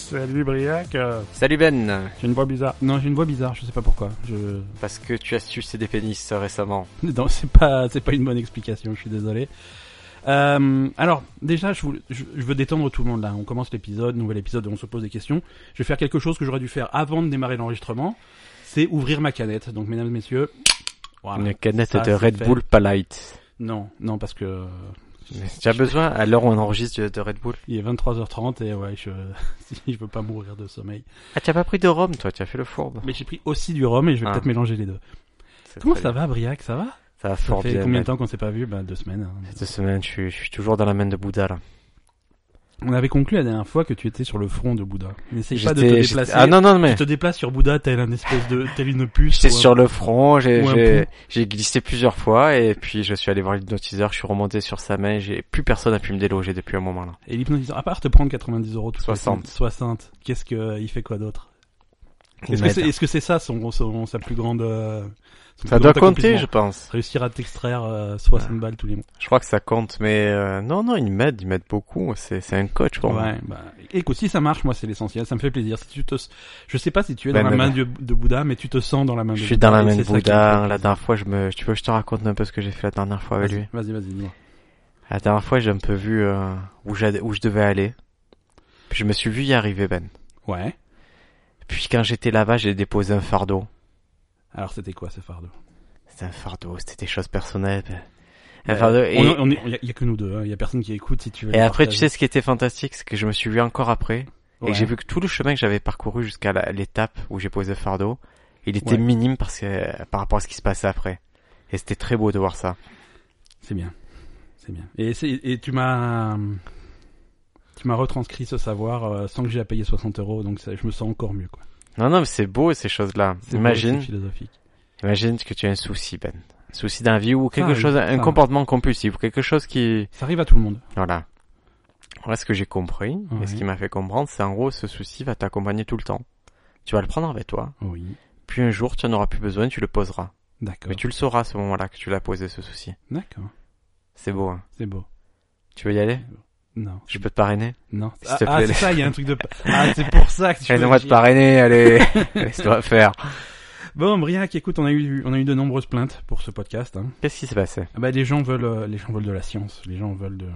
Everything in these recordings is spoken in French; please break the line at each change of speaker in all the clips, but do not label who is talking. Salut Briac. euh,
Salut Ben,
J'ai une voix bizarre. Non, j'ai une voix bizarre, je sais pas pourquoi. Je...
parce que tu as sucé des pénis euh, récemment.
Non, c'est pas, c'est pas une bonne explication, je suis désolé. Euh, alors, déjà, je, voulais- je, je veux détendre tout le monde là. On commence l'épisode, nouvel épisode, et on se pose des questions. Je vais faire quelque chose que j'aurais dû faire avant de démarrer l'enregistrement. C'est ouvrir ma canette. Donc, mesdames et messieurs. voilà.
Une canette
Ah, Ça,
de
c'est
Red
fait.
Bull Palite.
Non, non, parce que euh,
Tu as besoin, à l'heure où on enregistre de- de Red Bull.
il est 23h30 et ouais, je, je veux pas mourir de sommeil.
Ah, t'as pas pris de rhum, toi, tu as fait le fourbe.
Mais j'ai pris aussi du rhum et je vais
Ah.
peut-être mélanger les deux.
C'est
Comment
très
ça
bien.
va, Briac Ça va
Ça va
Ça
fort
fait
bien.
combien
Ben.
de temps qu'on s'est pas vu Bah, deux semaines. hein.
Cette semaine, je suis, je suis toujours dans la main de Bouddha, là.
On avait conclu la dernière fois que tu étais sur le front de Bouddha. N'essaye pas de
J'étais-
te
j'étais-
déplacer.
Ah non, non, mais...
Tu te déplaces sur Bouddha tel un espèce de tel une puce. euh,
J'étais
ou un-
sur le front, j'ai-
ou un
j'ai j'ai glissé plusieurs fois, et puis je suis allé voir l'hypnotiseur, je suis remonté sur sa main, j'ai plus personne a pu me déloger depuis un moment, là.
Et l'hypnotiseur, à part te prendre 90 euros toutes les
60.
semaines, 60. Qu'est-ce que il fait quoi d'autre Est-ce que c'est est-ce que c'est ça son, son- sa plus grande euh, son
Ça
plus
doit
grand
compter,
accomplissement
je pense.
Réussir à t'extraire euh, 60 balles tous les mois.
Je crois que ça compte, mais euh, non, non, ils m'aident, ils m'aident beaucoup. C'est, c'est un coach pour moi.
Ouais, bah, écoute, si ça marche, moi c'est l'essentiel, ça me fait plaisir. Si tu te, je sais pas si tu es
Ben,
dans la
ben,
main
ben.
de, de Bouddha, mais tu te sens dans la main de
Je
Bouddha.
suis dans la
et
main
c'est
de
ça qui me fait
Bouddha. La
plaisir.
dernière fois, je me, tu veux que je te raconte un peu ce que j'ai fait la dernière fois avec lui
Vas-y, vas-y, vas-y, dis-moi.
La dernière fois, j'ai un peu vu euh, où, j'allais- où je devais aller. Puis je me suis vu y arriver, Ben.
Ouais.
Puis quand j'étais là-bas, j'ai déposé un fardeau.
Alors c'était quoi ce fardeau
C'était un fardeau, c'était des choses personnelles. Ben. Un
Euh,
fardeau. Et,
on, on est- y a, y a que nous deux, hein. y a personne qui écoute si tu veux.
et après, tu sais, ce qui était fantastique, c'est que je me suis vu encore après. Et que j'ai vu que tout le chemin que j'avais parcouru jusqu'à la- l'étape où j'ai posé le fardeau, il était
Ouais.
minime parce que, euh, par rapport à ce qui se passait après. Et c'était très beau de voir ça.
C'est bien, c'est bien. Et, c'est- et tu m'as, tu m'as retranscrit ce savoir euh, sans que j'ai à payer 60 euros, donc ça- je me sens encore mieux. Quoi.
Non, non, mais c'est beau ces choses-là.
C'est beau,
Imagine,
c'est philosophique.
imagine que tu as un souci, Ben. Un souci dans la vie ou quelque
arrive,
chose,
Ah, ça
un
arrive.
comportement compulsif, ou quelque chose qui,
Ça arrive à tout le monde.
voilà. Voilà ce que j'ai compris. Et ce
Ouais.
qui m'a fait comprendre, c'est en gros, ce souci va t'accompagner tout le temps. Tu vas le prendre avec toi.
Oh Oui,
Puis un jour, tu en auras plus besoin, tu le poseras.
d'accord.
Mais tu le sauras à ce moment-là que tu l'as posé, ce souci.
D'accord,
C'est beau, hein.
c'est beau.
Tu veux y aller?
Non,
Je peux te parrainer?
non.
S'il
Ah,
te
ah,
plaît,
c'est
laisse-
ça, il y a un truc de. Ah, c'est pour ça que tu.
Allez,
veux
moi
dire.
te parrainer, allez, laisse-toi faire.
Bon, Briac, écoute, on a eu, on a eu de nombreuses plaintes pour ce podcast. Hein.
Qu'est-ce qui s'est passé
Ah Bah, les gens veulent, euh, les gens veulent de la science, les gens veulent de.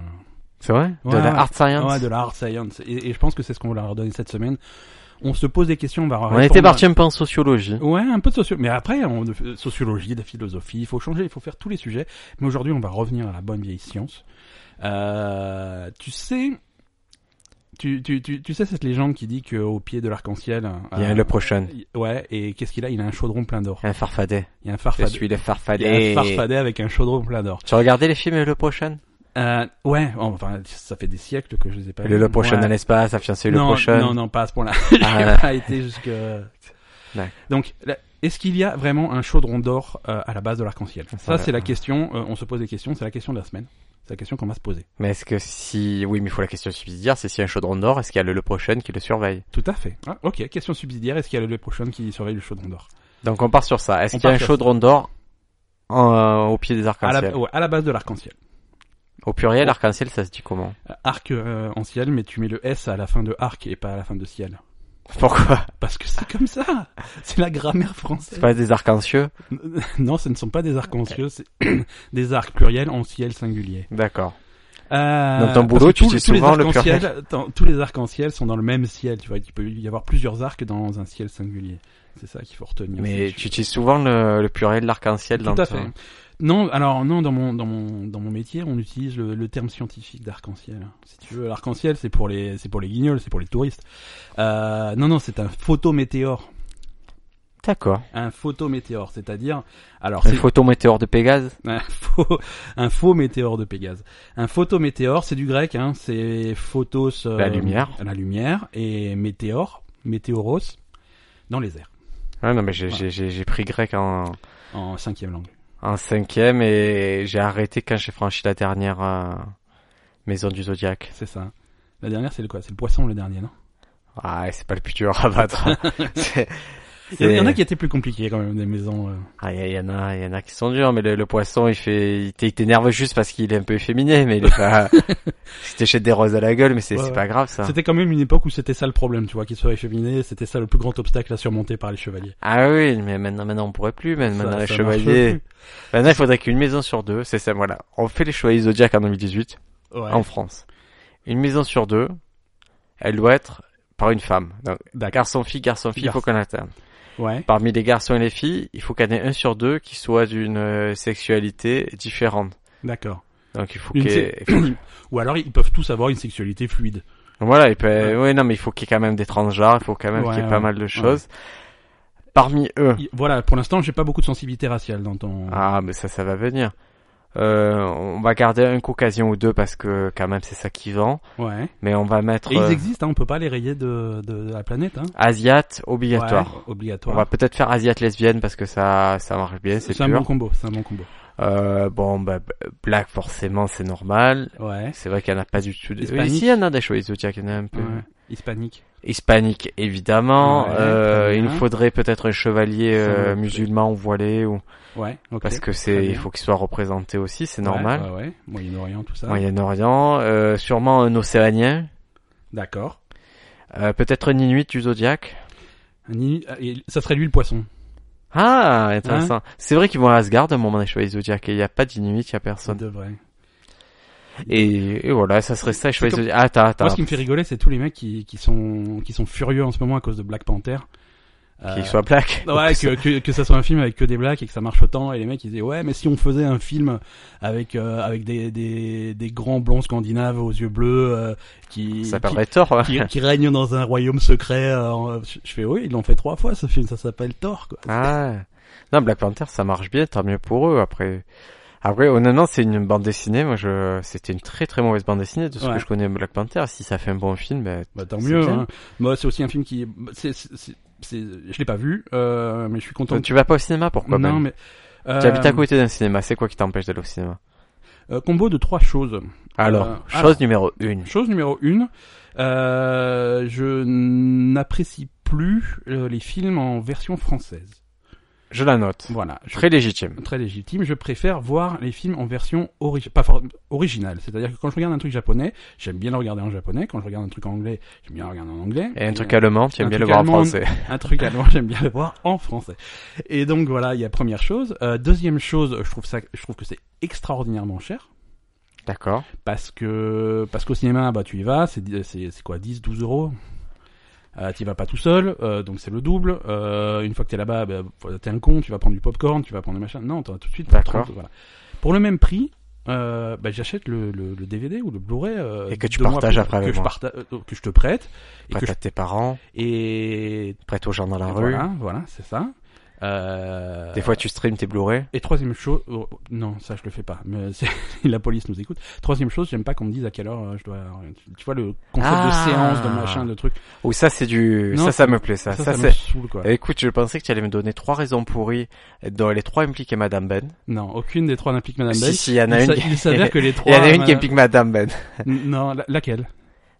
C'est vrai De
Ouais,
la
ouais.
hard science
Ouais, de la hard science. Et, et je pense que c'est ce qu'on va leur donner cette semaine. On se pose des questions, on va
On était parti un peu en sociologie.
Ouais, un peu de sociologie. Mais après, on, de euh, sociologie, de philosophie, il faut changer, il faut faire tous les sujets. Mais aujourd'hui, on va revenir à la bonne vieille science. Euh, tu sais, tu, tu, tu, tu sais cette légende qui dit qu'au pied de l'arc-en-ciel...
Il y a
euh,
le prochain.
Ouais, et qu'est-ce qu'il a Il a un chaudron plein d'or.
Un farfadet.
Il y a un
Je
farfadet.
suis le
Il y a
farfadet.
un farfadet avec un chaudron plein d'or.
Tu regardais les films Le Prochain
Euh, ouais, enfin, ça fait des siècles que je les ai pas
Le,
vus.
le Prochain
Euh, Ouais.
dans l'espace, la fiancée Le
non,
Prochain.
Non, non, pas à ce point-là.
Ah,
J'ai
là.
pas été jusque.
Ouais.
Donc, la- est-ce qu'il y a vraiment un chaudron d'or euh, à la base de l'arc-en-ciel Ça,
va.
c'est la question. euh, on se pose des questions. C'est la question de la semaine. C'est la question qu'on va se poser.
Mais est-ce que si... Oui, mais il faut la question subsidiaire, c'est si un chaudron d'or, est-ce qu'il y a le Le Prochain qui le surveille
Tout à fait. Ah, ok. Question subsidiaire. Est-ce qu'il y a le prochain qui surveille le chaudron d'or
Donc on part sur ça. Est-ce
On
qu'il y a
part
un
sur
chaudron d'or en- euh, au pied des
à
arcs-en-ciel
la, ouais, à la base de l'arc-en-ciel.
Au pluriel, arc-en-ciel, ça se dit comment
Euh, Arc euh, en ciel, mais tu mets le S à la fin de arc et pas à la fin de ciel.
Pourquoi
Parce que c'est comme ça. C'est la grammaire française.
C'est pas des arcs-en-cieux
Non, ce ne sont pas des arcs-en-ciel. C'est des arcs pluriels en ciel singulier.
D'accord.
Euh,
Dans ton boulot,
parce que
tu
tous-
dis
tous les
souvent le
arcs-en-ciel- dans- Tous les arcs-en-ciel sont dans le même ciel, tu vois. Il peut y avoir plusieurs arcs dans un ciel singulier. C'est ça qu'il faut retenir.
Mais
Si
tu utilises souvent le, le pluriel de l'arc-en-ciel
Tout
dans
à
ton-
fait. Non, alors non, dans mon dans mon dans mon métier, on utilise le, le terme scientifique d'arc-en-ciel. Si tu veux, l'arc-en-ciel, c'est pour les c'est pour les guignols, c'est pour les touristes. Euh, non, non, c'est un photométéore,
D'accord.
un photométéore, c'est-à-dire alors
Un
c'est-
photométéore de Pégase
Un faux, un faux météore de Pégase. Un photométéore, c'est du grec, hein, c'est photos... euh,
La lumière.
La lumière, et météore, météoros, dans les airs,
Ouais, Ah non, mais j'ai,
Voilà.
j'ai- j'ai, j'ai pris grec en,
en cinquième langue.
en cinquième et j'ai arrêté quand j'ai franchi la dernière euh, maison du Zodiac.
C'est ça. La dernière, c'est le quoi C'est le poisson, le dernier, non
Ah, c'est pas le plus dur à battre. C'est-
Il y en a qui étaient plus compliqués quand même, des maisons. euh.
Ah, il y, y en a, il y en a qui sont durs, mais le, le poisson, il fait, il t'- il t'énerve juste parce qu'il est un peu efféminé, mais il est pas. si t'échètes des roses à la gueule, mais c'est
Ouais,
c'est
ouais.
pas grave ça.
C'était quand même une époque où c'était ça le problème, tu vois, qu'ils soient efféminés, c'était ça le plus grand obstacle à surmonter par les chevaliers.
Ah oui, mais maintenant, maintenant on pourrait plus, man-
Ça-
maintenant les
ça marche
chevaliers. Maintenant il faudrait qu'une maison sur deux, c'est ça, voilà. On fait les chevaliers zodiac en 2018
plus. Ouais,
en France. Une maison sur deux, elle doit être par une femme. Donc,
d'accord.
garçon fille, garçon fille, il faut
Garçon.
qu'on alterne.
Ouais.
Parmi les garçons et les filles, il faut qu'il y en ait un sur deux qui soit d'une euh, sexualité différente.
D'accord.
Donc il faut
Une
qu'il y ait-
Ou alors ils peuvent tous avoir une sexualité fluide.
Voilà, il peut, ouais, non, mais il faut qu'il y ait quand même des transgenres, il faut quand même
Ouais,
qu'il y ait
ouais,
pas mal de choses. Parmi eux,
Il- Voilà, pour l'instant, j'ai pas beaucoup de sensibilité raciale dans ton.
ah, mais ça, ça va venir. Euh, on va garder un caucasien ou deux parce que quand même c'est ça qui vend,
Ouais.
mais on va mettre
Et ils
euh,
existent, hein, on peut pas les rayer de, de, de la planète. Hein.
asiate obligatoire.
Ouais,
On
obligatoire.
va peut-être faire asiate lesbienne parce que ça, ça marche bien, c'est
C'est un
sûr.
bon combo, c'est un bon combo.
Euh, bon, bah, b- black forcément c'est normal.
Ouais.
C'est vrai qu'il y en a pas du tout. De...
Hispanique.
Ici, il y en a des choses il y en a un peu.
ouais. Hispanique.
hispanique évidemment
Ouais,
Euh,
très
il
bien.
nous faudrait peut-être un chevalier euh,
Ça,
musulman ou voilé ou
Ouais. ok.
parce que
très
c'est
bien.
il faut qu'il soit représenté aussi c'est
Ouais,
normal
Ouais, ouais. Moyen-Orient, tout ça.
Moyen-Orient euh, sûrement un océanien
D'accord.
euh, peut-être un inuit du zodiaque
Un Inuit- ah, et Ça serait lui le poisson.
ah
Hein?
intéressant c'est vrai qu'ils vont à Asgard à un moment des chevaliers zodiaques et il n'y a pas d'inuit il n'y a
Ça
personne
devrait.
et, et voilà ça serait ça les chevaliers
comme-
zodiaques attends
Moi,
Ah, attends
ce qui me fait rigoler, c'est tous les mecs qui, qui sont qui sont furieux en ce moment à cause de Black Panther. Euh,
qu'il soit black
Ouais, que, que, que ça soit un film avec que des blacks et que ça marche autant. Et les mecs, ils disaient, ouais, mais si on faisait un film avec, euh, avec des, des, des grands blonds scandinaves aux yeux bleus euh, qui,
ça s'appellerait Thor ouais.
qui, qui, qui règnent dans un royaume secret. euh, en- je je fais, oui, ils l'ont fait trois fois ce film, ça s'appelle Thor, quoi.
Ah. Non, Black Panther, ça marche bien, tant mieux pour eux. Après, après, honnêtement, c'est une bande dessinée. Moi, je, c'était une très très mauvaise bande dessinée de ce
Ouais.
que je connais de Black Panther. Si ça fait un bon film, ben,
Bah, tant
C'est
mieux.
bien.
Hein. Moi, c'est aussi un film qui. c'est c'est c'est c'est- je l'ai pas vu, euh, mais je suis content.
toi, tu vas pas au cinéma, pourquoi
non,
Ben
mais. Euh,
Tu habites à côté d'un cinéma. C'est quoi qui t'empêche d'aller au cinéma
euh, combo de trois choses.
Alors,
Euh, alors.
chose numéro une.
Chose numéro une, euh, je n'apprécie plus euh, les films en version française.
Je la note.
Voilà, je
Très légitime.
très légitime. Je préfère voir les films en version origi- pas for- originale. C'est-à-dire que quand je regarde un truc japonais, j'aime bien le regarder en japonais. Quand je regarde un truc en anglais, j'aime bien le regarder en anglais.
Et un truc allemand, tu
Euh, un
aimes bien le
truc
voir en
allemand.
français.
un truc allemand, j'aime bien le voir en français. Et donc voilà, il y a première chose. Euh, deuxième chose, je trouve ça, je trouve que c'est extraordinairement cher.
D'accord.
Parce que parce qu'au cinéma, bah tu y vas, c'est c'est c'est quoi, 10, 12 euros. Euh, tu vas pas tout seul, euh, donc c'est le double. Euh, une fois que t'es là-bas, bah, faut- t'es un con, tu vas prendre du popcorn, tu vas prendre des machins. Non, t'en as tout de suite. pour
D'accord.
30, voilà. Pour le même prix, euh, bah, j'achète le, le, le DVD ou le Blu-ray euh,
Et que tu
deux mois
partages
plus-
après
que
avec
je
moi.
parta- euh, que je te prête et que
Prête
je,
à tes parents,
et
prête aux gens dans la
et
rue.
Voilà, voilà, c'est ça. Euh,
Des fois, tu streams tes Blu-ray.
Et troisième chose, oh, non, ça je le fais pas. Mais c'est- la police nous écoute. Troisième chose, j'aime pas qu'on me dise à quelle heure euh, je dois. Tu vois le concept de
Ah.
séance, de machin, de truc.
Ou ça, c'est du,
Non,
ça, ça me plaît, ça.
Ça,
Ça,
ça,
c'est,
me saoule quoi.
Eh, Écoute, je pensais que tu allais me donner trois raisons pourries dont les trois impliquaient Madame Ben.
Non, aucune des trois n'implique Madame Ben
si,
Bell.
si, il y en a
il
une
s'a-
qui...
il s'avère que les trois.
Il y en a une qui
Madame-
implique Madame Ben.
Non, la- laquelle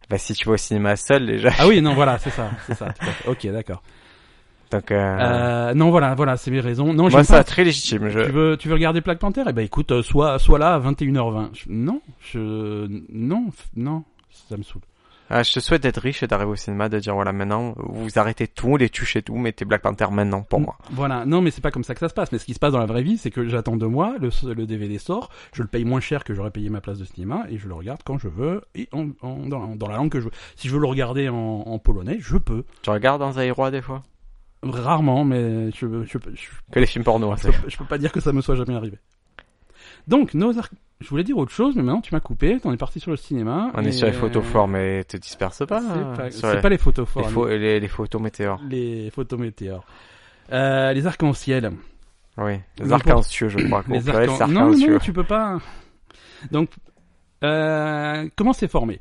Bah si tu vas au cinéma seul déjà.
Ah oui, non, voilà, c'est ça, c'est ça. tout à fait. Ok, d'accord.
Donc euh,
Euh, non, voilà, voilà, c'est mes raisons. Non,
moi
j'aime
ça
pas.
très légitime. Je...
Tu veux, tu veux regarder Black Panther Eh ben écoute, euh, sois, sois là à 21h20. Je- non, je, non, f- non, ça me saoule.
Ah, je te souhaite d'être riche et d'arriver au cinéma de dire voilà maintenant vous arrêtez tout, les tuches et tout, mettez Black Panther maintenant pour moi.
Voilà, non mais c'est pas comme ça que ça se passe. Mais ce qui se passe dans la vraie vie, c'est que j'attends deux mois, le, le DVD sort, je le paye moins cher que j'aurais payé ma place de cinéma et je le regarde quand je veux et en, en- dans, la- dans la langue que je veux. Si je veux le regarder en, en polonais, je peux.
Tu regardes dans Zaïrois des fois
Rarement, mais je, je, je, je,
Que les films porno. hein,
je
c'est-
peux, je peux pas dire que ça me soit jamais arrivé. Donc, nos arc- je voulais dire autre chose, mais maintenant tu m'as coupé, on est parti sur le cinéma.
On
et-
est sur les photos forts mais te disperse
euh, C'est
pas. hein,
pas,
sur
c'est
les...
pas les photos
les
fortes.
pho- les- les photos météores.
les photos météores. Euh, les arcs-en-ciel.
Oui. Les
Mais
arcs-en-ciel je crois.
Les
Au pluriel, c'est
arcs-en- Non, non,
arcs-en-ciel.
tu peux pas. Donc, euh, comment c'est formé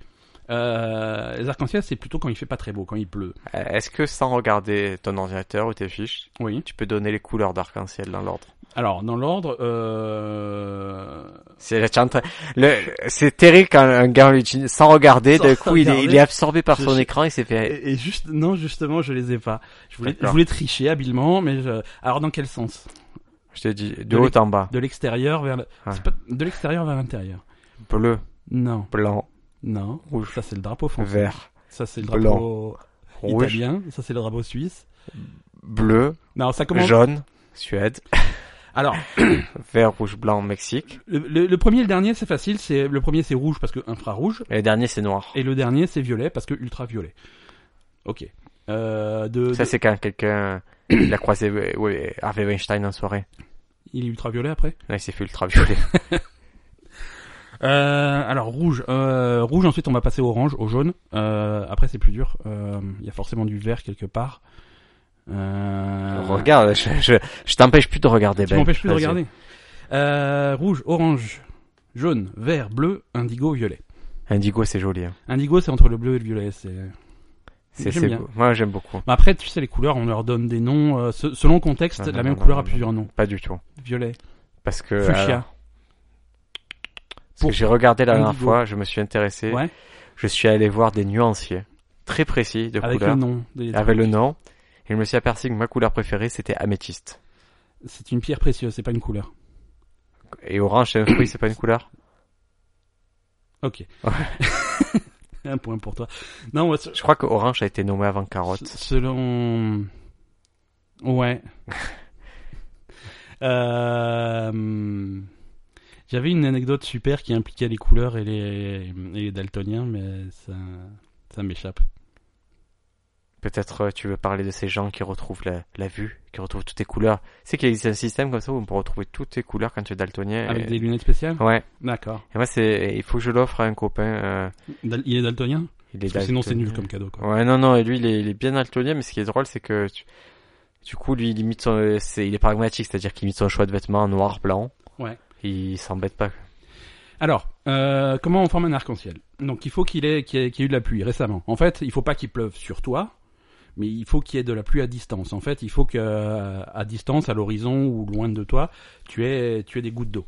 Euh, les arcs-en-ciel, c'est plutôt quand il fait pas très beau, quand il pleut.
Euh, Est-ce que sans regarder ton ordinateur ou tes fiches,
Oui.
tu peux donner les couleurs d'arc-en-ciel dans l'ordre
Alors, dans l'ordre, euh...
C'est la chante. Le, c'est terrible quand un gars lui dit- sans regarder,
Sans
d'un coup il est,
regarder.
il est absorbé par
Je-
son
je-
écran et s'est fait.
et, et juste, non, justement, je les ai pas. Je voulais, je
D'accord.
voulais tricher habilement, mais je... alors dans quel sens
Je te dis de
de
haut
l'é-
en bas,
De l'extérieur vers le...
Ouais.
c'est pas- de l'extérieur vers l'intérieur.
bleu,
Non,
blanc,
non.
Rouge.
Ça c'est le drapeau français.
vert,
Ça c'est le
Blanc.
drapeau
rouge,
italien. Ça c'est le drapeau suisse.
bleu,
Non, ça commence.
jaune, Suède,
Alors,
vert, rouge, blanc, Mexique.
le, le- le premier et le dernier c'est facile. C'est le premier c'est rouge parce que infrarouge
Et le dernier c'est noir.
et le dernier c'est violet parce que ultraviolet. Ok. Euh, de,
Ça
de-
c'est quand quelqu'un il a croisé euh, oui, Harvey Weinstein en soirée.
Il est ultraviolet après.
Non, il s'est fait ultraviolet.
Euh, alors rouge, euh, rouge. Ensuite on va passer au orange, au jaune. Euh, après c'est plus dur. Euh, Il y a forcément du vert quelque part. Euh...
Regarde, je, je, je t'empêche plus de regarder.
Tu
Ben.
m'empêches plus de
Vas-y.
regarder. Euh, rouge, orange, jaune, vert, bleu, indigo, violet.
Indigo c'est joli. hein.
Indigo, c'est entre le bleu et le violet. C'est.
C'est,
J'aime
c'est
bien.
beau. Moi j'aime beaucoup.
Bah après, tu sais, les couleurs, on leur donne des noms. euh, se- selon le contexte,
Ah, non,
la même
non,
couleur
non,
a plusieurs noms.
Pas du tout.
Violet,
Parce que. euh,
fuchsia.
Parce que
Pour-
j'ai regardé la
Indigo.
dernière fois, je me suis intéressé,
ouais,
je suis allé voir des nuanciers très précis de
avec
couleurs, Ah.
le nom. des-
avec le nom, et je me suis aperçu que ma couleur préférée c'était améthyste.
C'est une pierre précieuse, c'est pas une couleur.
Et orange, c'est un fruit, c'est pas une couleur
Ok. Un point pour toi. Non, moi, ce-
Je crois que orange a été nommé avant carotte.
S- Selon. Ouais. Euh, hum, J'avais une anecdote super qui impliquait les couleurs et les, et les daltoniens, mais ça, ça m'échappe.
Peut-être euh, tu veux parler de ces gens qui retrouvent la, la vue, qui retrouvent toutes tes couleurs. C'est qu'il existe un système comme ça où on peut retrouver toutes tes couleurs quand tu es daltonien.
Avec
et-
des lunettes spéciales
Ouais.
D'accord.
Et moi c'est, il faut que je l'offre à un copain. euh,
Dal- Il est daltonien
il est
Parce que Sinon, c'est
daltonien.
nul comme cadeau. Quoi.
Ouais, non, non, et lui, il est, il est bien daltonien, mais ce qui est drôle, c'est que, tu- du coup, lui, il imite son, euh, c'est, il est pragmatique, c'est-à-dire qu'il imite son choix de vêtements en noir, blanc.
Ouais.
Il s'embête pas.
Alors, euh, comment on forme un arc-en-ciel Donc, il faut qu'il ait, qu'il y ait, qu'il y ait eu de la pluie récemment. En fait, il faut pas qu'il pleuve sur toi, mais il faut qu'il y ait de la pluie à distance. En fait, il faut que euh, à distance, à l'horizon ou loin de toi, tu aies, tu aies des gouttes d'eau.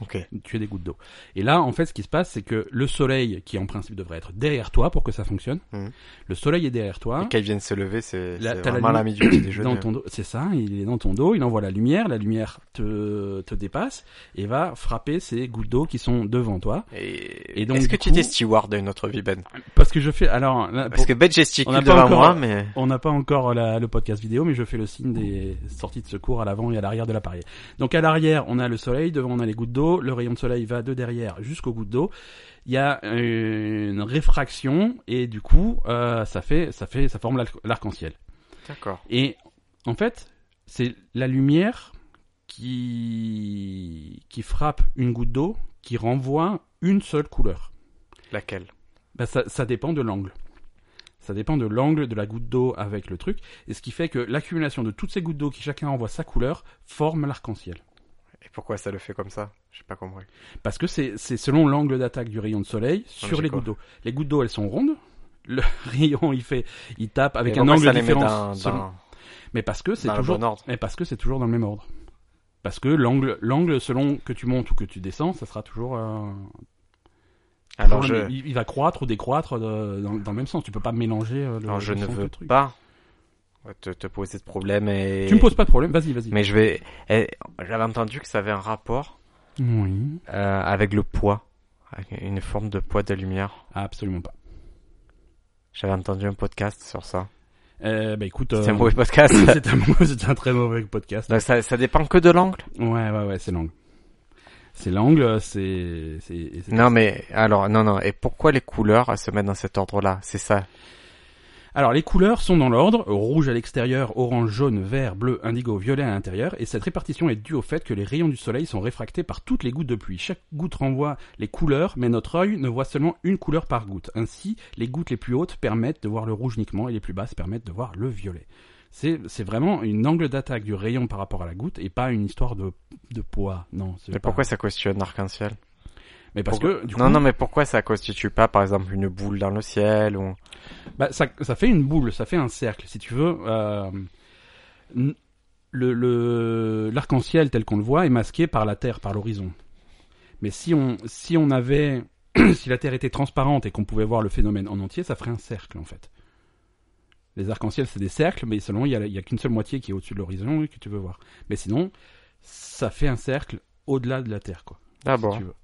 Ok.
Tu aies des gouttes d'eau. Et là, en fait, ce qui se passe, c'est que le soleil, qui en principe devrait être derrière toi pour que ça fonctionne,
Mhm.
le soleil est derrière toi.
Et quand il vient de se lever, c'est,
Hein Là,
c'est
t'as la
vraiment
nuit
l'ami du petit déjeuner.
Dans ton dos, c'est ça, il est dans ton dos, il envoie la lumière, la lumière te, te dépasse et va frapper ces gouttes d'eau qui sont devant toi.
Et,
Et donc,
est-ce que
du
tu
coup-
étais steward d'une autre vie, Ben?
Parce que je fais, alors, là,
Parce
pour-
que Ben
on n'a
gesticule
pas
devant
encore-
moi, mais...
On n'a pas encore euh, la- le podcast vidéo, mais je fais le signe des sorties de secours à l'avant et à l'arrière de l'appareil. Donc à l'arrière, on a le soleil, devant on a les gouttes d'eau, le rayon de soleil va de derrière jusqu'aux gouttes d'eau. Il y a une réfraction et du coup, euh, ça fait, ça fait, ça forme l'arc- l'arc-en-ciel.
D'accord.
Et en fait, c'est la lumière qui qui frappe une goutte d'eau, qui renvoie une seule couleur.
Laquelle?
Bah, ça, ça dépend de l'angle. Ça dépend de l'angle de la goutte d'eau avec le truc, et ce qui fait que l'accumulation de toutes ces gouttes d'eau qui chacun envoie sa couleur forme l'arc-en-ciel.
Et pourquoi ça le fait comme ça? J'ai pas compris.
Parce que c'est c'est selon l'angle d'attaque du rayon de soleil sur
j'ai
les
Ah, quoi.
gouttes d'eau. Les gouttes d'eau elles sont rondes. Le rayon il fait, il tape avec
Et
un
pourquoi
angle
ça les met
différent.
dans,
selon-
dans,
Mais parce que c'est
dans le
toujours,
bon ordre.
mais parce que c'est toujours dans le même ordre. Parce que l'angle, l'angle selon que tu montes ou que tu descends, ça sera toujours. euh,
Alors
toujours le même.
je,
il, il va croître ou décroître euh, dans, dans le même sens. Tu peux pas mélanger. euh, le,
alors je
le
ne
sens
veux
du truc.
pas te, te poser de problème et...
Tu me poses pas de problème, vas-y, vas-y.
Mais je vais. eh, J'avais entendu que ça avait un rapport
Oui.
euh, avec le poids, avec une forme de poids de lumière.
Absolument pas.
J'avais entendu un podcast sur ça.
Euh, bah écoute,
C'était
euh,
un mauvais podcast.
c'est un, mauvais- c'est un très mauvais podcast.
Donc ça, ça dépend que de l'angle.
Ouais, ouais, ouais, c'est l'angle. C'est l'angle, c'est, c'est, et c'est-
Non mais alors non non. Et pourquoi les couleurs elles se mettent dans cet ordre-là C'est ça.
Alors les couleurs sont dans l'ordre rouge à l'extérieur, orange, jaune, vert, bleu, indigo, violet à l'intérieur. Et cette répartition est due au fait que les rayons du soleil sont réfractés par toutes les gouttes de pluie. Chaque goutte renvoie les couleurs, mais notre œil ne voit seulement une couleur par goutte. Ainsi, les gouttes les plus hautes permettent de voir le rouge uniquement, et les plus basses permettent de voir le violet. C'est c'est vraiment une angle d'attaque du rayon par rapport à la goutte et pas une histoire de, de poids. Non, c'est
Mais
pas-
pourquoi ça questionne l'arc-en-ciel
Mais parce
Pourquoi-
que du coup,
non, non, mais pourquoi ça constitue pas, par exemple, une boule dans le ciel ou...
bah, ça, ça fait une boule, ça fait un cercle, si tu veux. Euh, n- le- le l'arc-en-ciel tel qu'on le voit est masqué par la Terre, par l'horizon. Mais si on si on avait si la Terre était transparente et qu'on pouvait voir le phénomène en entier, ça ferait un cercle en fait. Les arcs-en-ciel c'est des cercles, mais selon il y a, il y a qu'une seule moitié qui est au-dessus de l'horizon et que tu peux voir. Mais sinon, ça fait un cercle au-delà de la Terre quoi.
Ah
si
bon,
tu veux.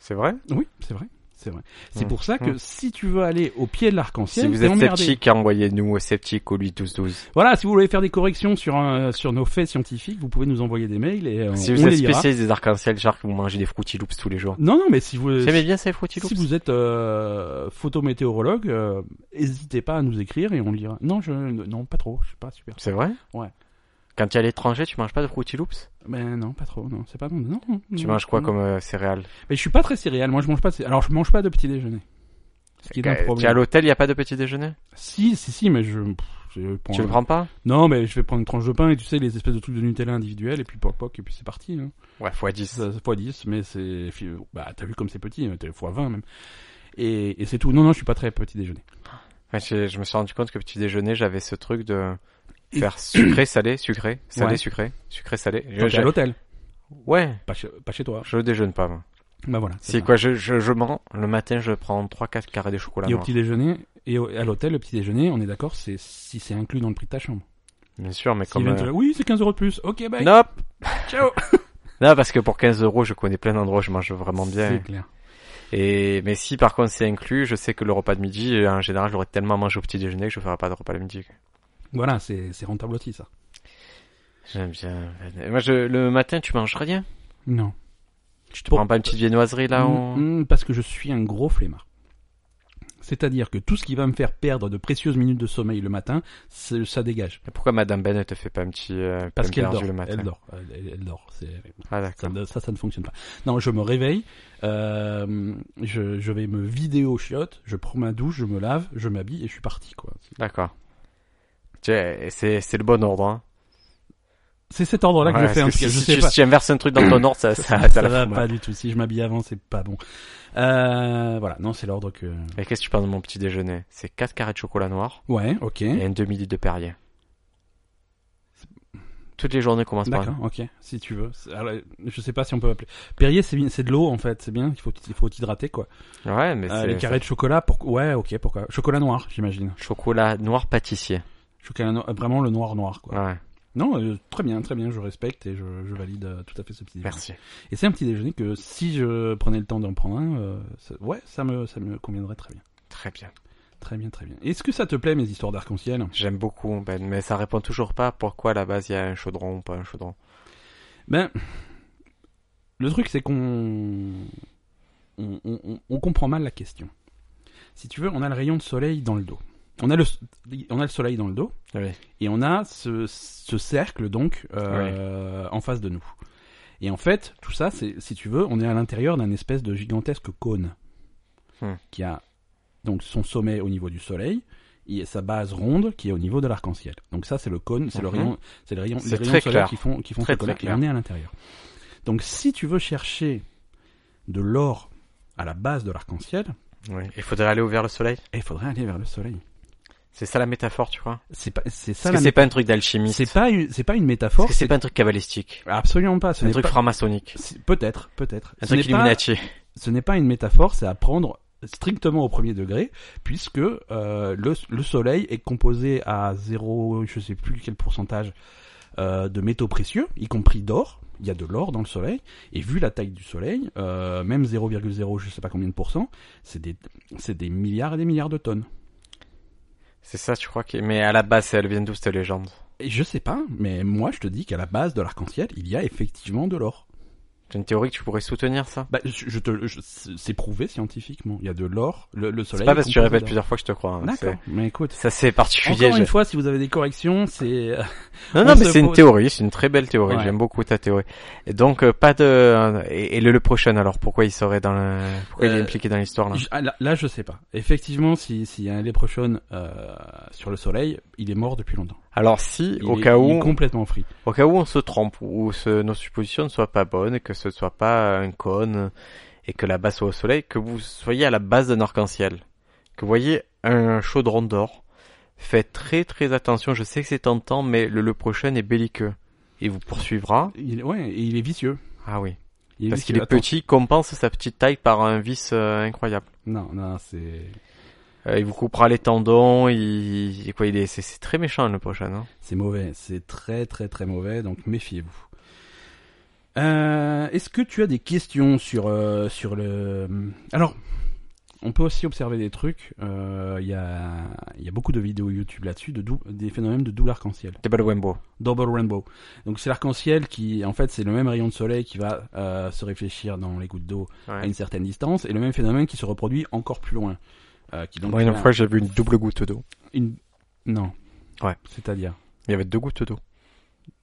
c'est vrai
Oui, c'est vrai, c'est vrai. C'est
Mm.
pour ça que
Mm.
si tu veux aller au pied de l'arc-en-ciel,
Si vous
t'es
êtes
emmerdé.
sceptique, envoyez-nous au sceptique au 8-12-12.
Voilà, si vous voulez faire des corrections sur un- sur nos faits scientifiques, vous pouvez nous envoyer des mails et euh,
Si
on
vous
les
êtes
lira.
spécialiste des arcs-en-ciel, genre que vous mangez des Fruity Loops tous les jours.
Non, non, mais Euh, si vous
Vous aimez bien ces Fruity Loops
si vous êtes euh, photométéorologue, euh, n'hésitez pas à nous écrire et on lira. Non, je non pas trop, je suis pas super.
C'est vrai
Ouais.
Quand tu es à l'étranger, tu manges pas de Fruity Loops
Mais Ben, non, pas trop, non, c'est pas non, non.
Tu
non,
manges quoi
non.
comme euh, céréales
Mais je suis pas très céréal. Moi, je mange pas. De... cé- Alors, je mange pas de petit déjeuner. Ce qui est un
Euh, Tu es à
problème.
l'hôtel, il y a pas de petit déjeuner
Si, si, si, mais je. pff, je prends
Tu le
un-
prends pas
Non, mais je vais prendre une tranche de pain et tu sais les espèces de trucs de Nutella individuels et puis poc poc et puis c'est parti. Hein.
Ouais, x 10.
Ça, ça fois 10, mais c'est. Bah, t'as vu comme c'est petit, hein, t'as fois 20 même. Et, et c'est tout. Non, non, je suis pas très petit déjeuner.
Ouais, je, je me suis rendu compte que petit déjeuner, j'avais ce truc de
Et-
faire sucré, salé, sucré, salé,
Ouais.
sucré, sucré, salé. Je-
Quand t'es
je-
à l'hôtel,
ouais,
pas chez, pas chez toi.
je déjeune pas. moi.
Bah voilà. c'est
Si
ça.
quoi, je, je, je mens. Le matin, je prends 3-4 carrés de chocolat
Et au
noir.
petit déjeuner, et au- à l'hôtel, le petit déjeuner, on est d'accord, c'est si c'est inclus dans le prix de ta chambre.
Bien sûr, mais
S'ils
comme.
viennent
euh,
te dire, Oui, c'est 15 euros de plus. Ok, bye.
Nope.
Ciao.
Non, parce que pour 15 euros, je connais plein d'endroits, où je mange vraiment
C'est
bien.
clair.
Et mais si par contre c'est inclus, je sais que le repas de midi, euh, en général, j'aurais tellement mangé au petit déjeuner que je ferai pas de repas le midi.
Voilà, c'est c'est rentable aussi ça.
J'aime bien. Moi, je, le matin, tu manges rien.
Non.
Tu te
Pour-
prends pas une petite viennoiserie là où...
Mm, mm, Parce que je suis un gros flemmard. C'est-à-dire que tout ce qui va me faire perdre de précieuses minutes de sommeil le matin, c'est- ça dégage.
Et Pourquoi Madame Ben ne te fait pas un petit euh,
Parce
pain
qu'elle
perdu
dort.
le matin
Elle dort. Elle, elle dort. C'est
Ah
Ça,
d'accord.
ne- ça, ça ne fonctionne pas. Non, je me réveille, euh, je, je vais me vider aux chiottes, je prends ma douche, je me lave, je m'habille et je suis parti, quoi.
D'accord. Tu sais, C'est c'est le bon ordre. Hein.
C'est cet ordre-là que
Ouais,
je fais, en
parce
tout
que
cas,
si,
je
tu,
sais pas.
si tu inverses un truc dans ton ordre, ça, ça, ça,
Ça
la
va
fout hein.
pas
mal.
du tout. Si je m'habille avant, c'est pas bon. Euh, voilà, non, c'est l'ordre que...
Et qu'est-ce que tu penses de mon petit déjeuner C'est 4 carrés de chocolat noir
Ouais, ok.
et un demi-litre de Perrier. Toutes les journées commencent par là.
D'accord, ok, si tu veux. C'est- alors, je sais pas si on peut appeler. Perrier, c'est bien- c'est de l'eau, en fait, c'est bien, il faut, il faut t'hydrater, quoi.
Ouais, mais
Euh,
c'est
les carrés de chocolat, pour... ouais, ok, pourquoi Chocolat noir, j'imagine.
chocolat noir pâtissier.
Chocolat noir, vraiment le noir-noir, quoi.
Ouais,
Non, euh, très bien, très bien, je respecte et je, je valide euh, tout à fait ce petit déjeuner.
merci.
Et c'est un petit déjeuner que si je prenais le temps d'en prendre un, euh, ça- ouais, ça me, ça me conviendrait très bien.
Très bien.
Très bien, très bien. Est-ce que ça te plaît mes histoires d'arc-en-ciel
J'aime beaucoup Ben, mais ça répond toujours pas pourquoi à la base il y a un chaudron ou pas un chaudron.
Ben, le truc c'est qu'on on, on- on- on comprend mal la question. Si tu veux, on a le rayon de soleil dans le dos. On a le, on a le soleil dans le dos.
Oui.
Et on a ce, ce cercle donc euh, en face de nous. Et en fait, tout ça, c'est si tu veux, on est à l'intérieur d'un espèce de gigantesque cône
Hmm.
qui a donc son sommet au niveau du soleil et sa base ronde qui est au niveau de l'arc-en-ciel. Donc ça, c'est le cône, c'est le
Mhm.
rayon, c'est le rayon,
C'est
les rayons
très clair.
solaires qui font qui font
Très,
ce cône.
très
Et
clair.
on est à l'intérieur. Donc si tu veux chercher de l'or à la base de l'arc-en-ciel,
Oui. Il faudrait aller au vers le soleil.
eh, il faudrait aller vers le soleil.
C'est ça la métaphore, tu vois.
C'est pas c'est ça
Parce que
la
c'est pas un truc
mé-
d'alchimiste.
c'est pas une- c'est pas une
Parce
métaphore,
que c'est pas un truc cabalistique.
Absolument pas. Ce
C'est un
n'est
truc
pas...
franc-maçonnique.
si- Peut-être, peut-être.
Un
Ce
truc
n'est pas,
illuminati.
ce n'est pas une métaphore, c'est à prendre strictement au premier degré, puisque euh, le, le Soleil est composé à zéro, je sais plus quel pourcentage, euh, de métaux précieux, y compris d'or. Il y a de l'or dans le Soleil, et vu la taille du Soleil, euh, même 0,0, je sais pas combien de pourcents, c'est des, c'est des milliards et des milliards de tonnes.
C'est ça, tu crois que... Mais à la base, elle vient d'où cette légende
Et je sais pas, mais moi je te dis qu'à la base de l'arc-en-ciel, il y a effectivement de l'or.
C'est une théorie que tu pourrais soutenir, ça
Bah, je, je te, je- c'est c'est prouvé scientifiquement. Il y a de l'or, le, le soleil.
C'est pas parce que tu
est composé
répètes
d'or.
plusieurs fois que je te crois. hein.
D'accord.
C'est-
Mais écoute,
Ça, c'est particulier.
encore
je-
une fois, si vous avez des corrections, c'est euh,
Non,
On
non, mais
se
c'est une
pose-
théorie, c'est une très belle théorie.
Ouais.
J'aime beaucoup ta théorie. Et donc, euh, pas de... Et, et le, le prochain, alors, pourquoi il serait dans le... Pourquoi il est
Euh,
impliqué dans l'histoire, là
Je- ah, là, là, je sais pas. Effectivement, si s'il y a un leprechaun euh, sur le soleil, il est mort depuis longtemps.
Alors, si,
Il
au
est-
cas
il est
où...
complètement free.
Au cas où on se trompe, ou ce, nos suppositions ne soient pas bonnes, que ce soit pas un cône, et que la base soit au soleil, que vous soyez à la base d'un arc-en-ciel, que vous voyez un chaudron d'or, faites très très attention, je sais que c'est tentant, mais le, le prochain est belliqueux. Il vous poursuivra.
Il, ouais, et il est vicieux.
Ah oui.
Il est
Parce
vicieux.
qu'il est
Attends.
petit, compense sa petite taille par un vice euh, incroyable.
Non, non, c'est.
Euh, il vous coupera les tendons, il, il- quoi, il est, c'est, c'est très méchant le prochain. Hein.
C'est mauvais, c'est très très très mauvais, donc méfiez-vous. Euh, Est-ce que tu as des questions sur euh, sur le Alors, on peut aussi observer des trucs. euh, Il y a il y a beaucoup de vidéos YouTube là-dessus de dou- des phénomènes de double arc-en-ciel,
Des Wembo.
double rainbow. Donc c'est l'arc-en-ciel qui, en fait, c'est le même rayon de soleil qui va euh, se réfléchir dans les gouttes d'eau à une certaine distance et le même phénomène qui se reproduit encore plus loin. Euh, qui donc
Moi, une fois, j'ai vu une double goutte d'eau.
une non.
Ouais.
C'est-à-dire.
Il y avait deux gouttes d'eau.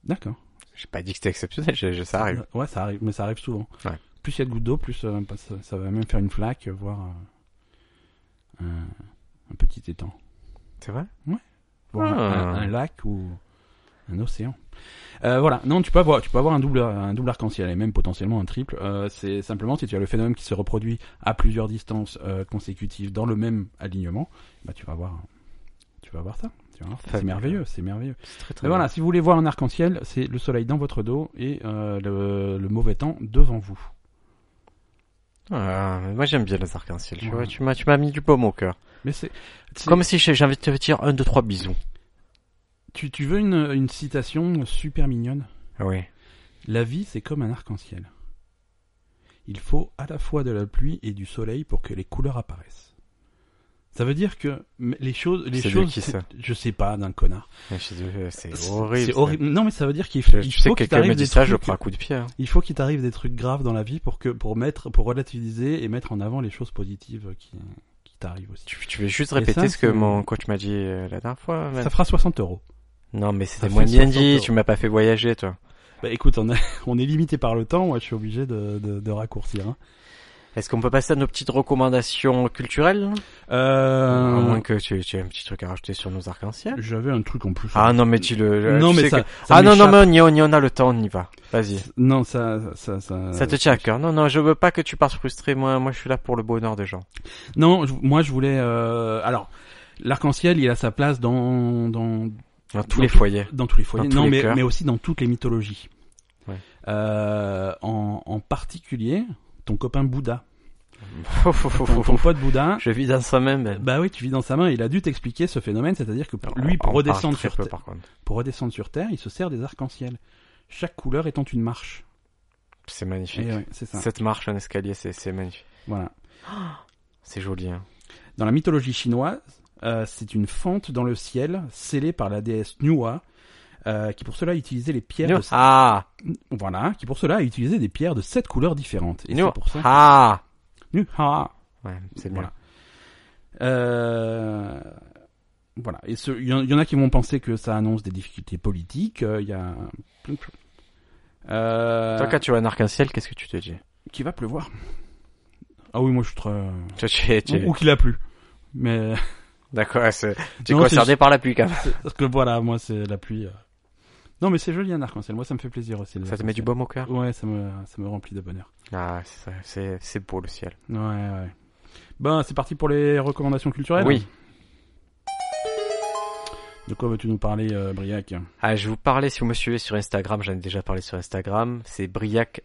D'accord.
J'ai pas dit que c'était exceptionnel, je- je- ça arrive.
Ouais, ça arrive, mais ça arrive souvent.
Ouais.
Plus il y a de gouttes d'eau, plus euh, bah, ça, ça va même faire une flaque, euh, voire euh, un, un petit étang,
C'est vrai
voire
Ah.
un, un lac ou un océan. Euh, voilà, non, tu peux avoir, tu peux avoir un double, un double arc-en-ciel et même potentiellement un triple. Euh, c'est simplement si tu as le phénomène qui se reproduit à plusieurs distances euh, consécutives dans le même alignement, bah tu vas avoir, tu vas avoir ça. Tu vas voir ça. C'est
Fabuleux.
merveilleux, c'est merveilleux.
C'est très très
Mais voilà, si vous voulez voir un arc-en-ciel, c'est le soleil dans votre dos et euh, le, le mauvais temps devant vous.
Ah, mais moi j'aime bien les arcs-en-ciel, tu
Ouais.
vois, tu m'as, tu m'as mis du baume au cœur.
Mais c'est c'est-
Comme si j'ai j'ai envie de te dire un, deux, trois bisous.
tu, tu veux une, une citation super mignonne
Oui.
La vie, c'est comme un arc-en-ciel. Il faut à la fois de la pluie et du soleil pour que les couleurs apparaissent. Ça veut dire que m- les choses, les
C'est de
choses,
qui,
c'est-
ça
je sais pas, d'un connard.
euh, C'est horrible.
C'est
ça.
horrible. Non, mais ça veut dire qu'il
Je,
faut, il
je sais
faut
que
qu'il
quelqu'un me
t'arrive
dit
des
ça, je
trucs-
prends un coup de pied. hein.
Il faut qu'il t'arrive des trucs graves dans la vie pour que, pour mettre, pour relativiser et mettre en avant les choses positives qui, qui t'arrivent aussi.
Tu, tu veux juste
Et
répéter
ça,
ce que
c'est-
mon coach m'a dit euh, la dernière fois man.
Ça fera 60 euros.
Non, mais c'était
fait
moins bien
60
dit,
euros.
tu m'as pas fait voyager, toi.
Bah écoute, on, a- on est limité par le temps, moi je suis obligé de, de, de raccourcir. hein.
Est-ce qu'on peut passer à nos petites recommandations culturelles hein À moins que tu, tu aies un petit truc à rajouter sur nos arcs-en-ciel.
Euh, J'avais un truc en plus.
Ah non, mais tu le...
Euh, non
tu
mais
sais
ça,
que-
ça
ah non, non,
m'échappe.
mais on y, on y- on a le temps, on y va. Vas-y.
Non, ça, ça, ça.
Ça te tient à cœur. Non, non, je veux pas que tu partes frustré. Moi, moi, je suis là pour le bonheur des gens.
Non, je- moi je voulais. euh, Alors, l'arc-en-ciel, il a sa place dans dans
Dans tous
Dans
les
tout-
foyers.
dans tous les foyers.
Dans tous
non,
les
mais
cœurs.
mais aussi dans toutes les mythologies.
Ouais.
Euh, en, en particulier, ton copain Bouddha,
Fou, fou, fou,
ton,
fou,
ton
fou.
pote Bouddha.
Je vis dans sa même. ben.
Bah oui, tu vis dans sa main. Il a dû t'expliquer ce phénomène, c'est-à-dire que pour-
On-
lui, pour
on parle
redescendre
très
sur
peu,
Terre-
par contre.
Pour redescendre sur Terre, il se sert des arcs-en-ciel. Chaque couleur étant une marche.
C'est magnifique.
Et ouais, c'est ça.
Cette marche, un escalier, c'est, c'est magnifique.
Voilà.
C'est joli, hein.
Dans la mythologie chinoise, euh, c'est une fente dans le ciel scellée par la déesse Nuwa, euh, qui pour cela utilisait les pierres. De...
Ah!
Voilà, qui pour cela a utilisé des pierres de sept couleurs différentes. Et
Nous-
c'est pour ça.
Ah!
Nuha.
Ouais, c'est bien.
Voilà. Euh, Voilà. Et ce- il y, en- il y en a qui vont penser que ça annonce des difficultés politiques. euh, Il y a plein de choses. Euh,
Toi, quand tu vois un arc-en-ciel, qu'est-ce que tu te dis?
Qui va pleuvoir. Ah oui, moi je suis très.
Tu, tu, tu-
Ou, ou qu'il a plu. Mais
D'accord, c'est, tu es
Non, c'est
concerné par la pluie, quand même.
c'est- parce que voilà, moi c'est la pluie. euh. Non, mais c'est joli un arc-en-ciel. Moi ça me fait plaisir aussi. les
Ça te met du
arcs-en-ciel.
baume au cœur?
Ouais, ça me ça me remplit de bonheur.
Ah, c'est, c'est, c'est beau, le ciel.
Ouais, ouais. Ben, c'est parti pour les recommandations culturelles.
Oui.
De quoi veux-tu nous parler, euh, Briac
Ah, je vous parlais, si vous me suivez sur Instagram, j'en ai déjà parlé sur Instagram, c'est Briac,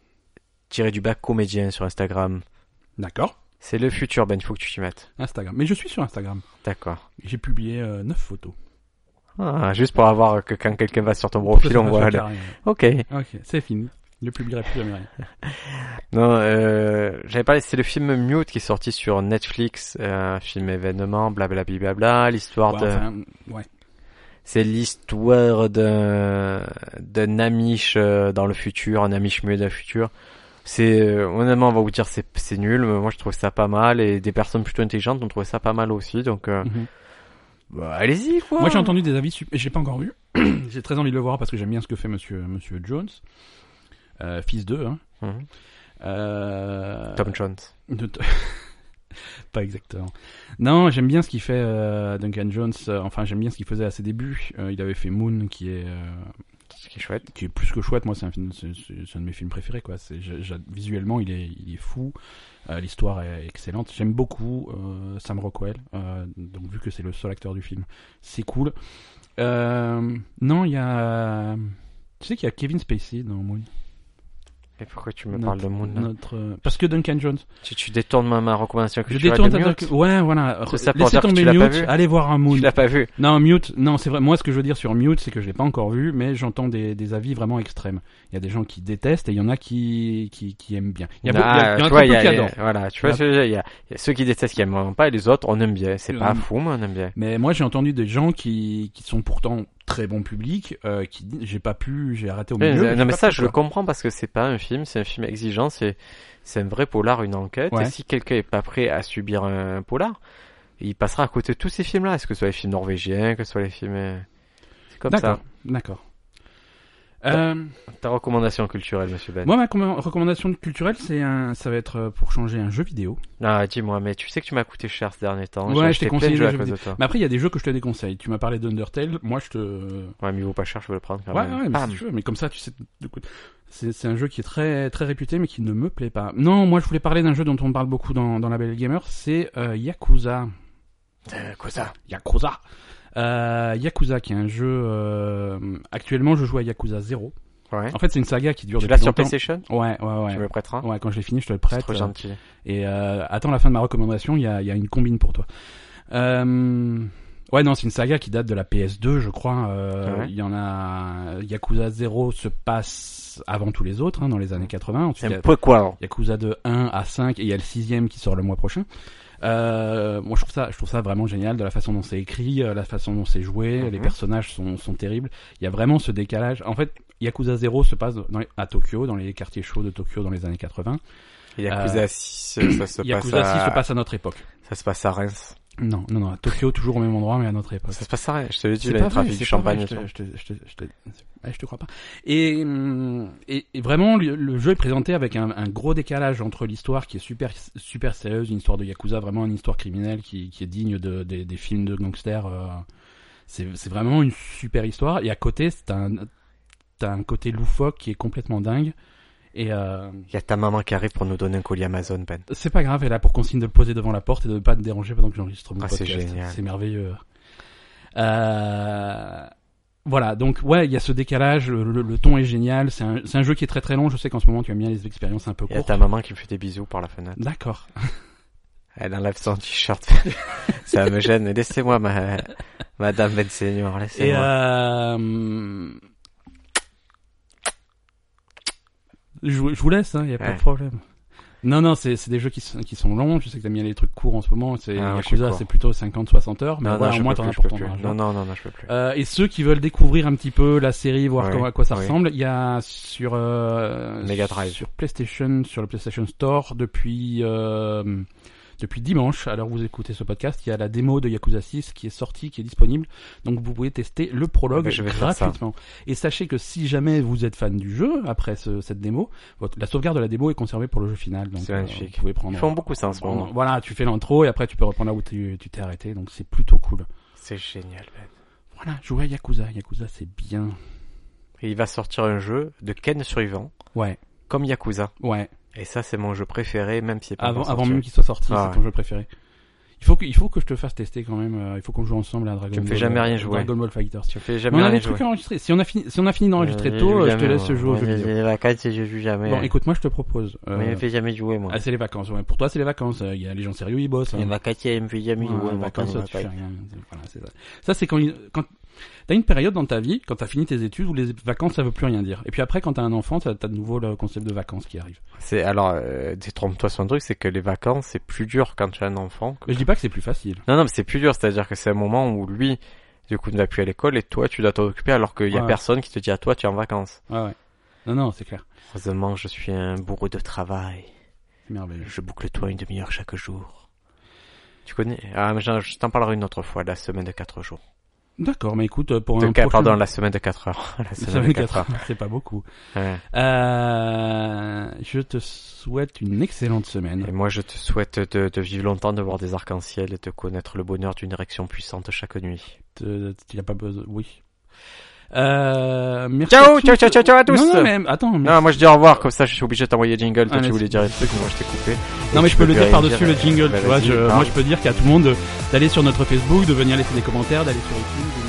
tiré du bac comédien sur Instagram.
D'accord.
C'est le futur, Ben, il faut que tu t'y mettes.
Instagram. Mais je suis sur Instagram.
D'accord.
J'ai publié 9 photos.
Ah, juste pour avoir que quand quelqu'un va sur ton profil,
Ça, ça
on
va
voit
faire
le... Ok.
carré. Ok, c'est fini. Je ne publierai plus jamais rien.
Non, euh, j'avais parlé, c'est le film Mute qui est sorti sur Netflix, euh, un film événement, blablabla, l'histoire
Ouais,
de...
enfin, ouais.
C'est l'histoire d'un d'un Amish euh, dans le futur, un Amish muet dans le futur. C'est euh, honnêtement, on va vous dire c'est c'est nul, mais moi je trouve ça pas mal et des personnes plutôt intelligentes ont trouvé ça pas mal aussi. Donc euh,
Mhm.
bah, allez-y quoi.
Moi, j'ai entendu des avis super. J'ai pas encore vu. j'ai très envie de le voir parce que j'aime bien ce que fait Monsieur Monsieur Jones, Euh, fils d'eux. Hein.
Mhm.
Euh,
Tom Jones.
de- pas exactement. Non, j'aime bien ce qu'il fait euh, Duncan Jones. euh, enfin, j'aime bien ce qu'il faisait à ses débuts. Euh, il avait fait Moon, qui est euh,
ce qui est chouette.
qui est plus que chouette. Moi, c'est un, film- c'est- c'est- c'est un de mes films préférés. Quoi. C'est- j'a- j'a- visuellement, il est, il est fou. Euh, L'histoire est excellente. J'aime beaucoup euh, Sam Rockwell. euh, donc, vu que c'est le seul acteur du film, c'est cool. Euh, non, il y a. Tu sais qu'il y a Kevin Spacey dans Moon.
Et pourquoi tu me parles de Moon là
notre, euh, Parce que Duncan Jones.
tu, tu détournes ma, ma recommandation que
Je
tu as
détourne
de
ta
Mute.
Duncan- Ouais, voilà.
C'est ça pour
Laissez
dire que tu
tomber
l'as pas
Mute.
vu
Allez voir un Moon.
Tu l'as pas vu.
Non, mute, non, c'est vrai. Moi, ce que je veux dire sur mute, c'est que je l'ai pas encore vu, mais j'entends des, des avis vraiment extrêmes. Il y a des gens qui détestent et il y en a qui, qui, qui aiment bien. Il y a beaucoup, il y a- il y
Bah, Ah,
en a
tu
très
vois,
peu
il y a
qui
les-
adorent.
Voilà, tu vois,
Il
ce que je veux dire, il y, a, il y a ceux qui détestent qui aiment vraiment pas et les autres on aime bien. C'est
Euh,
pas fou, mais on aime bien.
Mais moi, j'ai entendu des gens qui, qui sont pourtant très bons publics, euh, qui disent, j'ai pas pu, j'ai arrêté au
Mais,
milieu.
euh,
j'ai
non mais
pas
ça
pu,
je le
quoi.
comprends parce que c'est pas un film, c'est un film exigeant, c'est c'est un vrai polar, une enquête.
Ouais.
Et si quelqu'un est pas prêt à subir un polar, il passera à côté de tous ces films-là. Est-ce que ce soit les films norvégiens, que ce soit les films, euh, c'est comme ça.
D'accord, d'accord. Euh,
Ta recommandation culturelle, Monsieur Ben.
moi, ma com- recommandation culturelle, c'est un, ça va être euh, pour changer un jeu vidéo.
Ah, dis-moi, mais tu sais que tu m'as coûté cher ces derniers temps.
Ouais,
J'ai
je Bah.
acheté
t'ai
plein de
conseillé
jeux
le
à
jeu
cause de toi.
Mais après, il y a des jeux que je te déconseille. Tu m'as parlé d'Undertale. Moi, je te,
Ouais, mais il vaut pas cher, je veux le prendre quand
Ouais,
même.
ouais, mais,
Bam.
si tu veux, mais comme ça, tu sais. du coup, C'est c'est un jeu qui est très très réputé, mais qui ne me plaît pas. Non, moi, je voulais parler d'un jeu dont on parle beaucoup dans, dans la Belle Gamer. C'est euh, Yakuza.
Euh, quoi ça
Yakuza. Euh, Yakuza, qui est un jeu. euh, actuellement, je joue à Yakuza 0.
Ouais.
En fait, c'est une saga qui dure
Tu l'as
depuis
sur
longtemps.
PlayStation
Ouais, ouais,
Tu me
ouais.
le prêteras
Ouais, quand je l'ai fini, je te le
C'est
prête. Euh,
trop gentil.
Et euh, attends la fin de ma recommandation, il y a, il y a une combine pour toi. Euh, ouais, non, c'est une saga qui date de la PS2, je crois. Euh,
Ah Ouais.
Il y en a. Yakuza 0 se passe avant tous les autres, hein, dans les années 80. Ensuite,
C'est
il y a
un peu quoi hein.
Yakuza de 1 à 5 et il y a le sixième qui sort le mois prochain. Euh, moi je trouve ça je trouve ça vraiment génial de la façon dont c'est écrit, euh, la façon dont c'est joué,
Mhm.
les personnages sont, sont terribles. Il y a vraiment ce décalage. En fait, Yakuza 0 se passe dans les- à Tokyo, dans les quartiers chauds de Tokyo dans les années 80.
Et Yakuza
Euh,
6, euh, ça se
Yakuza
passe
6
à...
se passe à notre époque.
Ça se passe à Reims.
Non, non, non, à Tokyo, toujours au même endroit, mais à notre époque.
Ça se passe à Reims, je te l'ai dit, là,
C'est
le
pas vrai,
trafic,
c'est pas
champagne
vrai,
et
je
tout.
te- je te- je te- je te- ah, je te crois pas. Et, hum, et, et vraiment, le, le jeu est présenté avec un, un gros décalage entre l'histoire qui est super, super sérieuse, une histoire de Yakuza, vraiment une histoire criminelle qui, qui est digne de, des, des films de gangsters. euh, c'est c'est vraiment une super histoire. Et à côté, c'est un, t'as un côté loufoque qui est complètement dingue. Et euh,
Il y a ta maman qui arrive pour nous donner un colis Amazon, Ben.
c'est pas grave, elle a pour consigne de le poser devant la porte et de ne pas te déranger pendant que j'enregistre mon
Ah, c'est
podcast.
génial.
C'est merveilleux. Euh, Voilà, donc ouais, il y a ce décalage, le, le- le ton est génial, c'est un, c'est un jeu qui est très très long, je sais qu'en ce moment tu aimes bien les expériences un peu
Il y a
courtes.
ta maman qui me fait des bisous par la fenêtre.
D'accord.
Ah, Elle enlève son t-shirt. ça me gêne, mais laissez-moi, ma... Madame Ben Senior,
Et
laissez-moi.
euh... je, vous- je vous laisse, il hein, n'y a pas
Ouais.
de problème. Non, non, c'est c'est des jeux qui, sont- qui sont longs, je sais que t'aimes bien les trucs courts en ce moment, c'est
Ah, ouais, je suis
Yakuza
court.
c'est plutôt 50-60 heures, mais
Non, non,
voilà, au
je
moins
peux
t'en as
plus,
pour
je peux
ton
plus.
argent.
Non, non, non, non, je peux plus.
Euh, et ceux qui veulent découvrir un petit peu la série, voir
Oui,
comment- à quoi ça
oui.
ressemble, il y a sur euh,
Mega Drive.
sur PlayStation, sur le PlayStation Store depuis euh, depuis dimanche. Alors vous écoutez ce podcast, il y a la démo de Yakuza 6 qui est sortie, qui est disponible. Donc vous pouvez tester le prologue
Ah ben, je vais faire ça.
gratuitement. Et sachez que si jamais vous êtes fan du jeu après ce- cette démo, votre- la sauvegarde de la démo est conservée pour le jeu final. Donc
C'est
euh,
magnifique.
vous pouvez prendre.
Ils font beaucoup ça en ce
prendre-
moment.
Voilà, tu fais l'intro et après tu peux reprendre là où tu tu t'es arrêté. Donc c'est plutôt cool.
C'est génial, Ben.
Voilà, jouer à Yakuza. Yakuza, c'est bien.
Et il va sortir un jeu de Ken survivant,
Ouais,
comme Yakuza.
ouais.
Et ça, c'est mon jeu préféré, même si c'est pas
Avant,
encore
avant
sorti.
même qu'il soit sorti,
Ah
c'est
ouais.
ton jeu préféré. Il faut que, il faut que je te fasse tester quand même. euh, Il faut qu'on joue ensemble à Dragon
Tu me
Ball.
fais jamais rien jouer.
Dragon Ball Fighters.
Je fais
Mais
jamais
on a
rien
des
jouer.
trucs à enregistrer. Si on a fini, si on a fini d'enregistrer tôt, euh, je te laisse jouer aux jeux vidéo.
Les vacances, je joue jamais.
Bon, écoute, moi je te propose. euh,
Mais il me fait jamais jouer, moi.
ah, c'est les vacances. Ouais. Pour toi, c'est les vacances. euh, Il y a les gens sérieux, ils bossent. hein.
Les vacances, il me fait jamais
Ouais,
jouer,
les
moi, quand
vacances,
il
tu fais
m'appelle.
rien. Voilà, c'est ça. Ça, c'est quand, il- quand t'as une période dans ta vie, quand t'as fini tes études, où les vacances, ça veut plus rien dire. Et puis après, quand t'as un enfant, t'as t'as de nouveau le concept de vacances qui arrive.
C'est, alors, euh, détrompe-toi sur un truc, c'est que les vacances, c'est plus dur quand tu as un enfant. que-
Mais je dis pas que c'est plus facile.
Non, non, mais c'est plus dur, c'est-à-dire que c'est un moment où lui, du coup, ne va plus à l'école et toi, tu dois t'en occuper alors qu'il y a
Ouais.
personne qui te dit à toi, tu es en vacances.
Ouais, ouais. Non, non, c'est clair.
Heureusement, je suis un bourreau de travail.
C'est merveilleux.
Je boucle toi une demi-heure chaque jour. Tu connais Ah, mais je je t'en parlerai une autre fois, la semaine de 4 jours.
D'accord, mais écoute, euh, pour
De
un
quatre-
prochain...
Pardon, la semaine de 4 heures. La
Ça
semaine de 4 heures.
c'est pas beaucoup.
Ouais.
Euh, je te souhaite une excellente
Et
semaine.
moi, je te souhaite de, de vivre longtemps, de voir des arcs-en-ciel
Euh,
et de connaître le bonheur d'une érection puissante chaque nuit.
Te- Tu n'as pas besoin... Oui. Euh, merci
Ciao,
à tous.
ciao, ciao, ciao, ciao à tous.
Non, non, mais attends, merci.
Non, moi je dis au revoir, comme ça je suis obligé de t'envoyer jingle. Toi
Ah,
tu
mais
voulais
c'est-
dire un truc, mais moi je t'ai coupé. Et
Non mais
tu
je peux
peux
le
plus
dire
rien
par-dessus
dire.
le jingle,
Bah,
tu vois.
vas-y,
je-
parle.
moi je peux dire qu'à tout le monde d'aller sur notre Facebook, de venir laisser des commentaires, d'aller sur YouTube, de